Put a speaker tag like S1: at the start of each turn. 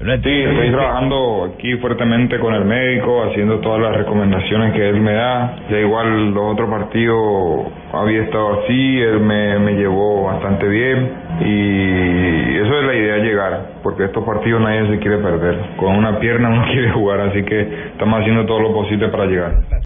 S1: Sí, estoy trabajando aquí fuertemente con el médico, haciendo todas las recomendaciones que él me da. Ya igual los otros partidos había estado así, él me, me llevó bastante bien y eso es la idea, llegar, porque estos partidos nadie se quiere perder. Con una pierna uno quiere jugar, así que estamos haciendo todo lo posible para llegar.